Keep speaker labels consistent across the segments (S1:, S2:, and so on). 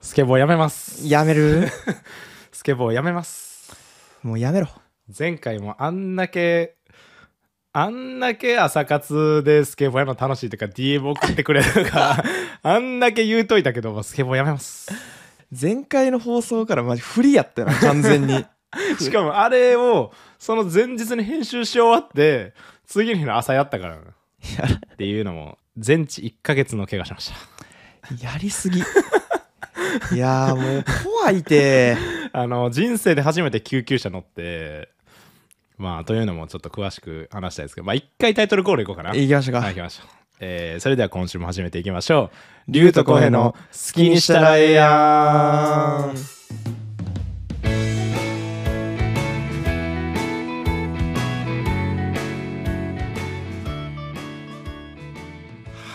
S1: スケボーやめます。
S2: やめる
S1: スケボーやめます。
S2: もうやめろ。
S1: 前回もあんだけ、あんだけ朝活でスケボーやるの楽しいとか DM 送ってくれるとか、あんだけ言うといたけど、もうスケボーやめます。
S2: 前回の放送からマジフ リやったよな、完全に。
S1: しかもあれを、その前日に編集し終わって、次の日の朝やったからな。っていうのも、全治1ヶ月の怪我しました。
S2: やりす ぎ。いやーもう怖い て。
S1: あの人生で初めて救急車乗ってまあというのもちょっと詳しく話したいですけどまあ一回タイトルコールいこうかな
S2: 行きましょうか
S1: はい行きましょうえーそれでは今週も始めていきましょう竜と浩平の「好きにしたらええやん」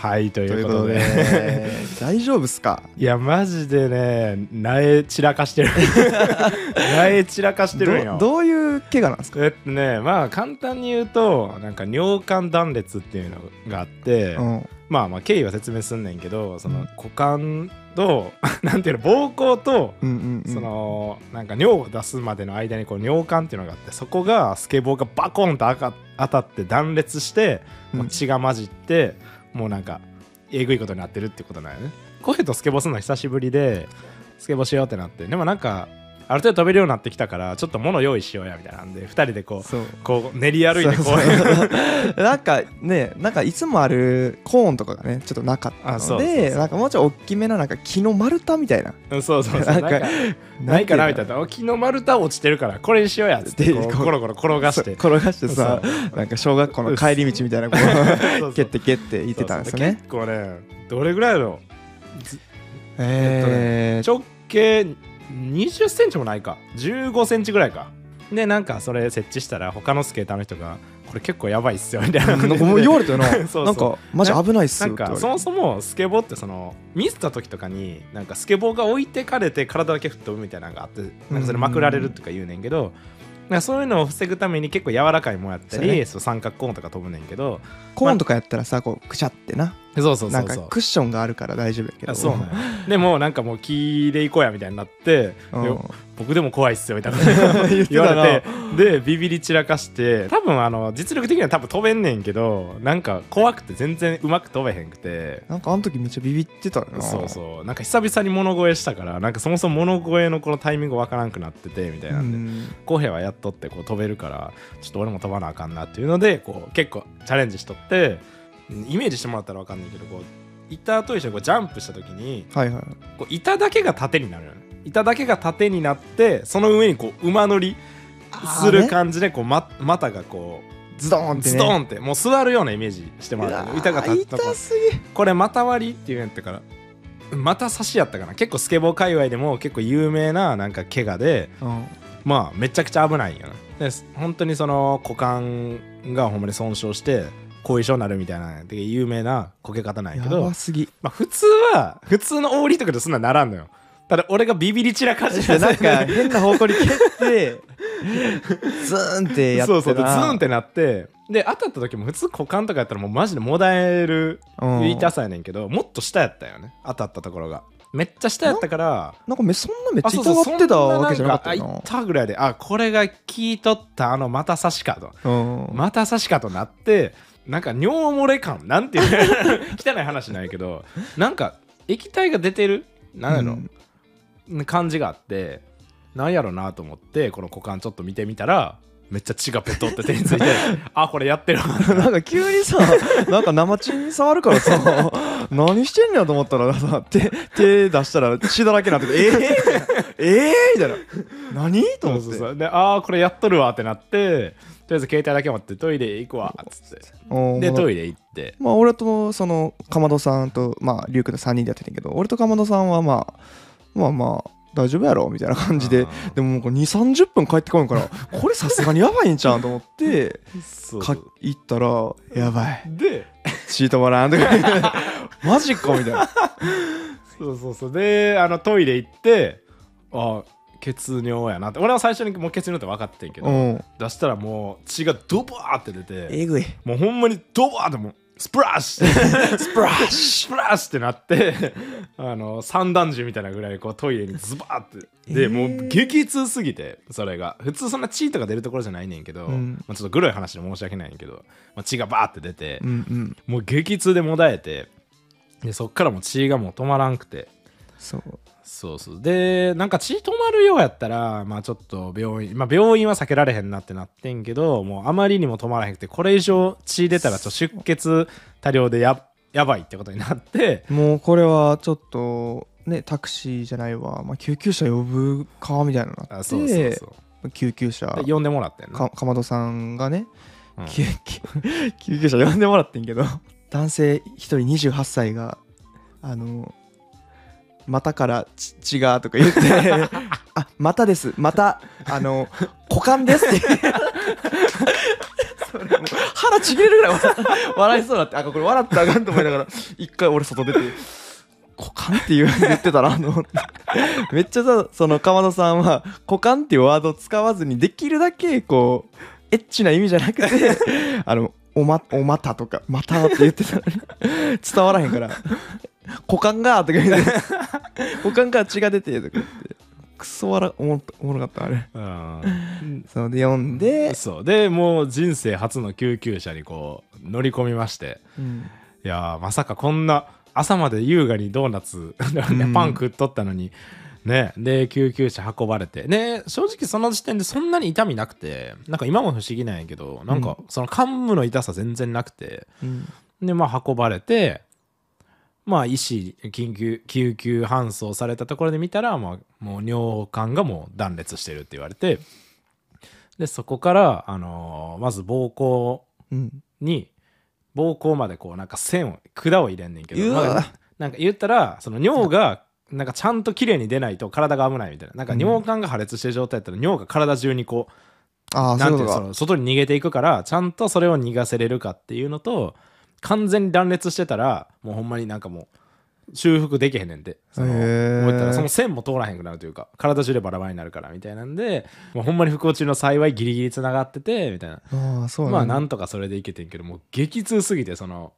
S1: はいと
S2: と
S1: い
S2: いうう
S1: こ
S2: ことと
S1: で
S2: で、大丈夫っすか
S1: いやマジでね苗散らかして る苗散らかしてるんよ
S2: どどういう怪我なんですか
S1: えっとねまあ簡単に言うとなんか尿管断裂っていうのがあって、
S2: うん。
S1: まあまあ経緯は説明すんねんけどその股間と なんていうの膀胱と
S2: うんうん、うん。
S1: そのなんか尿を出すまでの間にこう尿管っていうのがあってそこがスケボーがバコンとあか当たって断裂して、
S2: うん、
S1: もう血が混じってもうなんかえぐいことになってるってことなんよね声とスケボーするの久しぶりでスケボーしようってなってでもなんかある程度飛べるようになってきたからちょっと物用意しようやみたいなんで2人でこう
S2: そう。
S1: こう練り歩いてこう
S2: そうそう なんかねなんかいつもあるコーンとかがねちょっとなかった
S1: あそう
S2: の
S1: そう
S2: で
S1: そう
S2: なんかもうちょい大きめななんか木の丸太みたいな
S1: うん そうそうそう
S2: な
S1: なんん
S2: か
S1: かないかなみ
S2: んて
S1: た
S2: う
S1: いな「お昨日丸太落ちてるからこれにしようや」っつってこ
S2: で
S1: う
S2: こう
S1: コロコロ転
S2: の
S1: がして
S2: 転がしてさ
S1: そう
S2: なんか小学校の帰り道みたいな こ
S1: そうそう
S2: う蹴って蹴って言ってたんですよね
S1: そうそうで結構ねどれぐらいの
S2: えー
S1: 直径20センチもないか15センチぐらいかでなんかそれ設置したら他のスケーターの人がこれ結構やばいっすよみたいな
S2: なん
S1: 感
S2: か
S1: じで
S2: もう言われたよ な
S1: そうそう
S2: なんかマジ危ないっす
S1: な
S2: よっ
S1: ん
S2: て言
S1: か
S2: われ
S1: そ
S2: て
S1: もそもスケボーってそのミスった時とかになんかスケボーが置いてかれて体だけ吹っ飛ぶみたいなのがあってなんかそれまくられるとか言うねんけど、なんかそういうのを防ぐために結構柔らかいもんやった
S2: そう
S1: り、そう三角コーンとか飛ぶねんけど
S2: コーンとかやったらさこうくしゃってな
S1: そうそう
S2: な
S1: そう
S2: んか
S1: そう
S2: クッションがあるから大丈夫やけど
S1: あそうなんよでもなんかもう木で行こうやみたいになって、
S2: うん
S1: で僕でも怖いっすよみたいな
S2: 言ってたな
S1: 言われてでビビり散らかして多分あの実力的には多分飛べんねんけどなんか怖くて全然うまく飛べへんくて
S2: なんかあの時めっちゃビビってたよな
S1: そうそうなんか久々に物声したからなんかそもそも物声のこのタイミングわからんくなっててみたいなんで
S2: ん
S1: 浩平、はやっとってこう飛べるからちょっと俺も飛ばなあかんなっていうのでこう結構チャレンジしとってうんイメージしてもらったらわかんないけどこう板と一緒にこうジャンプした時に
S2: はいはい
S1: こう板だけが縦になるのよね板だけが縦になってその上にこう馬乗りす
S2: あー
S1: る
S2: ね
S1: 感じでこう、ま、股がこ
S2: ズドーンって
S1: う
S2: ね
S1: ズドンってもう座るようなイメージしてもらう
S2: うわー
S1: 板が立ったとこ
S2: 痛すぎ
S1: これ股割りっていうんやったから股差しやったかな結構スケボー界隈でも結構有名ななんか怪我で
S2: うん
S1: まあめちゃくちゃ危ないんやなで本当にその股間がほんまに損傷して後遺症になるみたいなで有名なこけ方なんやけ
S2: や
S1: ど
S2: ばすぎ
S1: まあ、普通は普通のオーリーとかでそんなんならんのよただ俺がビビり散らかして
S2: でなんか変な方向に蹴 ってズーンってやって
S1: そ
S2: な
S1: うそうでズーンってなってで当たった時も普通股間とかやったらもうマジでもだえる
S2: うん
S1: 痛さやねんけどもっと下やったよね当たったところがめっちゃ下やったから
S2: なんかめそんなめっちゃ
S1: あそう
S2: 痛
S1: そう
S2: がってたわけじゃなか
S1: そ
S2: った
S1: んな
S2: よ
S1: なん
S2: な
S1: あ痛ぐらいであこれが効いとったあの股差しかと
S2: うん
S1: 股差しかとなってなんか尿漏れ感なんていう 汚い話なんやけどなんか液体が出てるなんやろ、感じがあってなんやろなと思ってこの股間ちょっと見てみたらめっちゃ血がペトって手につい てあこれやってるわ
S2: うんなんか急にさなんか生血に触るか らさ何してんねやと思ったらさ手手出したら血だらけになっててえー、えー、みたいな何と思って
S1: そうそうそうでああこれやっとるわってなってとりあえず携帯だけ持ってトイレ行くわっつって
S2: うん
S1: で
S2: まあ
S1: トイレ行って
S2: まあ俺とそのかまどさんとまあリュウ君と3人でやってたけど俺とかまどさんはまあまあまあ大丈夫やろみたいな感じで
S1: あ
S2: でももうこれ2 3 0分帰ってこんからこれさすがにやばいんちゃうんと思って
S1: ー そうそ
S2: か
S1: う
S2: 行ったら「やばい
S1: で
S2: シートバラン」とか言って「 マジか」みたいな
S1: そうそうそうであのトイレ行ってあー血尿やなって俺は最初にもう血尿って分かってんけ
S2: う
S1: ど
S2: ん
S1: 出したらもう血がドバーって出て
S2: ぐい
S1: もうほんまにドバーってもうスプラッシュ スプラッシュスプラッシュってなってあの三段銃みたいなぐらいこうトイレにズバーってで、
S2: えー
S1: もう激痛すぎてそれが普通そんな血とか出るところじゃないねんけど、
S2: うん
S1: まあ、ちょっとグロい話で申し訳ないねんけど、まあ、血がバーって出て、
S2: うんうん
S1: もう激痛でもだえてでそっからもう血がもう止まらんくて
S2: そう
S1: そうそうでなんか血止まるようやったらまあちょっと病院まあ病院は避けられへんなってなってんけどもうあまりにも止まらへんくてこれ以上血出たらちょっと出血多量でややばいってことになって
S2: もうこれはちょっとねタクシーじゃないわ、まあ、救急車呼ぶかみたいなのにな
S1: あ
S2: って
S1: そうそうそ
S2: 救急車
S1: うで呼んでもらってんな
S2: かかまどさんがね、
S1: うん
S2: 救急 救急車呼んでもらってんけど男性一人28歳があの股からち血がとか 言ってあまたですまたあの股間です ってそれもう腹ちぎれるぐらい笑笑いそうだってあこれ笑ったらあかんと思いながら一回俺外出て股間って言う言ってたなと思ってめっちゃさそのかまどさんは股間っていうワードを使わずにできるだけこうエッチな意味じゃなくて あのおまおまたとかまたって言ってたのに伝わらへんから股間がとか言って股間から血が出てとか言ってクソ笑おもろおもろかったあれ
S1: うん
S2: そうで読んで、
S1: そうでもう人生初の救急車にこう乗り込みまして
S2: うん
S1: いやーまさかこんな朝まで優雅にドーナツ
S2: ん
S1: パン食っとったのに、ねで救急車運ばれてね正直その時点でそんなに痛みなくてなんか今も不思議なんやけどなんかその患部の痛さ全然なくて
S2: うん
S1: でまあ運ばれてまあ医師緊急救急搬送されたところで見たら、まあ、もう尿管がもう断裂してるって言われてでそこから、あのーまず膀胱
S2: うん
S1: に膀胱までこうなんか線を管を入れんねんけど
S2: うわ
S1: まあなんか言ったらその尿がなんかちゃんと綺麗に出ないと体が危ないみたいななんか尿管が破裂してる状態だったら尿が体中にこ
S2: あ
S1: う
S2: あ
S1: な
S2: そうん
S1: て
S2: いう
S1: いうのそ
S2: ことか
S1: の外に逃げていくからちゃんとそれを逃がせれるかっていうのと完全に断裂してたらもうほんまになんかもう修復できへんねんてその
S2: へ
S1: もう
S2: ー
S1: 言ったらその線も通らへんくなるというか体中でバラバラになるからみたいなんでもうほんまに不幸中の幸いギリギリつながっててみたいな
S2: ああそう
S1: まあ
S2: んだ
S1: なんとかそれでいけてんけどもう激痛すぎてその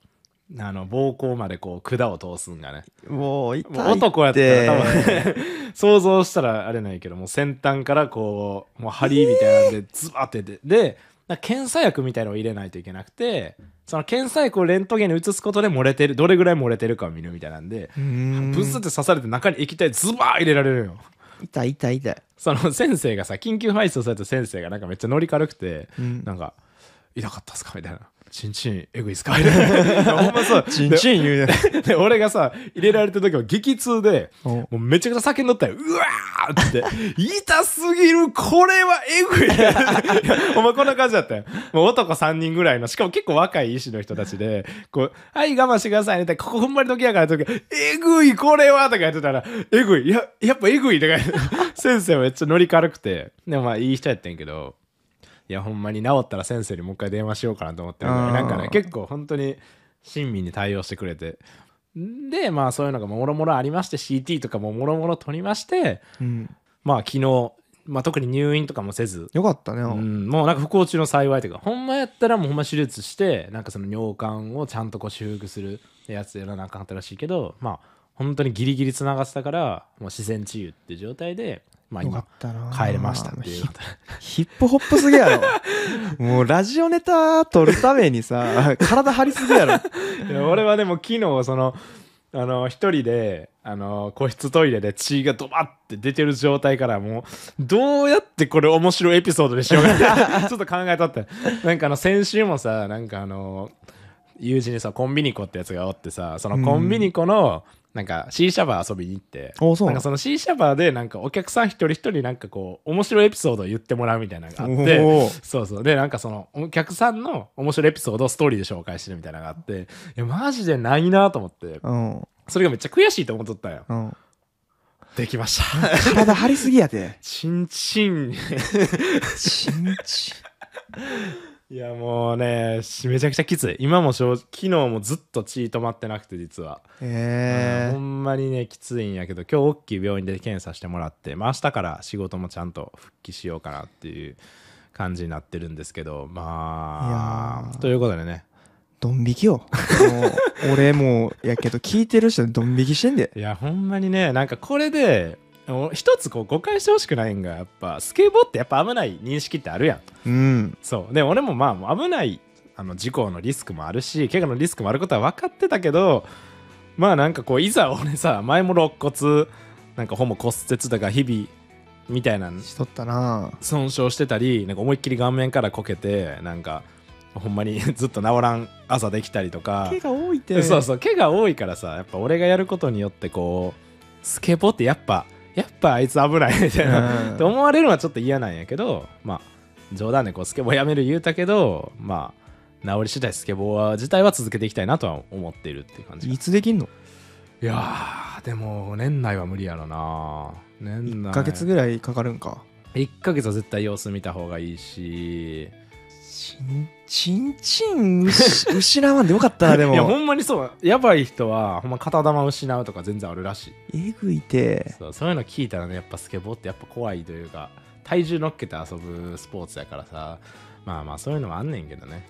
S1: あの膀胱までこう管を通すんがね
S2: もう痛い
S1: もう男やったら多分 想像したらあれないけどもう先端からこうもう針みたいなんでズバってて、でなんか検査薬みたいのを入れないといけなくてその検査薬をレントゲンに移すことで漏れてるどれぐらい漏れてるかを見るみたいなんで
S2: うーん
S1: ブスって刺されて中に液体ズバー入れられるのよ
S2: 痛い痛い痛い
S1: その先生がさ緊急配送された先生がなんかめっちゃ乗り軽くて、
S2: うん
S1: なんか「痛かったっすか?」みたいな「チンチンえぐいっすか?」みたい なほんまそう
S2: チンチン言うね
S1: でで俺がさ入れられた時は激痛で
S2: お
S1: もうめちゃくちゃ叫んどったようわーって 痛すぎるこれはえぐいい やお前こんな感じだったよもう男3人ぐらいのしかも結構若い医師の人たちでこう「はい我慢してくださいね」って「ここ踏ん張り時やから」とか「えぐいこれは」とか言ってたら「えぐいいややっぱえぐい」とか言って先生めっちゃ乗り軽くてでもまあいい人やってんけどいやほんまに治ったら先生にもう一回電話しようかなと思ってるぐらい
S2: あー
S1: なんかね結構本当に親身に対応してくれてでまあそういうのがもろもろありまして CT とかももろもろ取りまして
S2: うん
S1: まあ昨日、まあ、特に入院とかもせず、
S2: よかったね、
S1: うん、もうなんか不幸中の幸いというかほんまやったらもうほんま手術してなんかその尿管をちゃんとこう修復するやつやらなあかんかったらしいけどまあ本当にギリギリつながってたからもう自然治癒っていう状態でまあ
S2: よかっ
S1: 今
S2: たな
S1: 帰れましたっていう
S2: ヒップホップすぎやろ。もうラジオネタ撮るためにさ、体張りすぎやろ。
S1: いや俺はでも昨日そのあの一人であの個室トイレで血がドバって出てる状態からもうどうやってこれ面白いエピソードにしようかなって ちょっと考えとってなんかあの先週もさなんかあの友人にさコンビニコってやつがおってさそのコンビニコのなんかシーシャバー遊びに行って
S2: おそう
S1: な
S2: なん
S1: かそのシーシャバーでなんかお客さん一人一人なんかこう面白いエピソードを言ってもらうみたいなのがあって
S2: おー
S1: そうそう。で、なんかその、お客さんの面白いエピソードをストーリーで紹介してるみたいなのがあって、いや、マジでないなと思って、
S2: うん。
S1: それがめっちゃ悔しいと思っとったんよ。
S2: うん。
S1: できました。
S2: 体張りすぎやで。
S1: チンチン。
S2: ちんち
S1: いや、もうね、しめちゃくちゃきつい。今も正直、昨日もずっと血止まってなくて、実は。
S2: ん。え
S1: うんほ
S2: ー。
S1: んまにね、きついんやけど、今日大きい病院で検査してもらって、まあ明日から仕事もちゃんと復帰しようかなっていう感じになってるんですけど、ま
S2: いや
S1: あ、
S2: ー
S1: ということでね、
S2: ドン引きよ。もう俺もう、やけど聞いてる人ドン引きしてんで。
S1: いやほんまにねなんかこれでお一つこう誤解してほしくないんがやっぱスケボーってやっぱ危ない認識ってあるやん
S2: うん。
S1: そうで俺もまあ危ないあの事故のリスクもあるし怪我のリスクもあることは分かってたけどまあなんかこういざ俺さ前も肋骨なんかほぼ骨折だから日々みたいな
S2: しとったなぁ
S1: 損傷してたりなんか思いっきり顔面からこけてなんかほんまに ずっと治らん朝できたりとか
S2: が多いっ
S1: そうそう怪我多いからさやっぱ俺がやることによってこうスケボーってやっぱやっぱあいつ危ないみたいなって思われるのはちょっと嫌なんやけどまあ冗談でこうスケボーやめる言うたけどまあ治り次第スケボー自体は続けていきたいなとは思っているっていう感じ
S2: い
S1: い
S2: つできんの
S1: やーでも年内は無理やろな年
S2: ?1
S1: 内
S2: ヶ月ぐらいかかるんか。
S1: 1ヶ月は絶対様子見た方がいいし
S2: ちんちんちんうし 失わんでよかったな、で
S1: いやほ
S2: も。
S1: んまにそうやばい人はほんま片玉失うとか全然あるらしい
S2: えぐいて。
S1: そうそういうの聞いたらねやっぱスケボーってやっぱ怖いというか体重乗っけて遊ぶスポーツやからさまあまあそういうのもあんねんけどね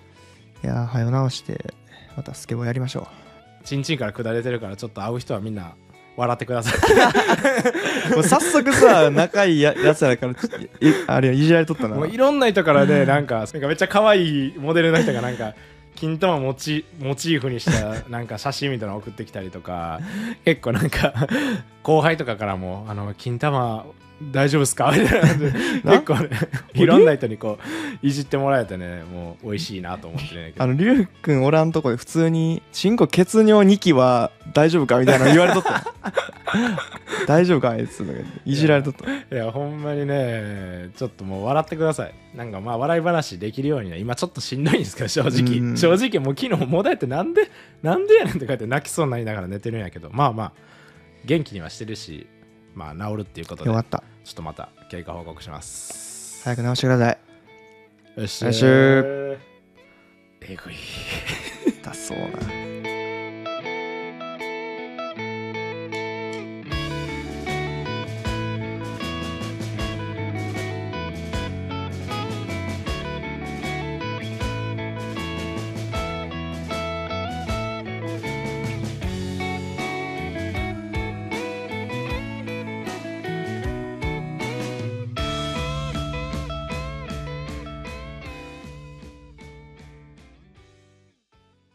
S2: いやー、はよ直して、またスケボーやりましょう。
S1: チンチンから下れてるからちょっと会う人はみんな笑ってください
S2: もう早 速さ、仲いいややつやから、ちょっといあれや、いじられとったな。
S1: もういろんな人からねなんかなんかめっちゃ可愛いモデルの人がなんか金玉モチモチーフに したなんか写真みたいなの送ってきたりとか結構なんか後輩とかからも「あの金玉大丈夫ですか?」みたいな感じで
S2: な
S1: 結構ねいろんな人にこういじってもらえてねもう美味しいなと思ってるんやけど
S2: あの、りゅうくんおらんとこで普通に、チンコ血尿2期は大丈夫かみたいなの言われとった よ。大丈夫かあいつとか言っていじられとった。
S1: いやほんまにねちょっともう笑ってくださいなんかまあ笑い話できるようにね今ちょっとしんどいんですけど正直、
S2: うん
S1: 正直もう昨日もだえてなんでなんでやねんとか言って泣きそうになりながら寝てるんやけどまあまあ元気にはしてるしまあ治るっていうことで
S2: よ
S1: ちょ
S2: かった。
S1: っとまた経過報告します
S2: 早く直してください。
S1: よっし
S2: よっしゃ
S1: えぐい
S2: だそうな。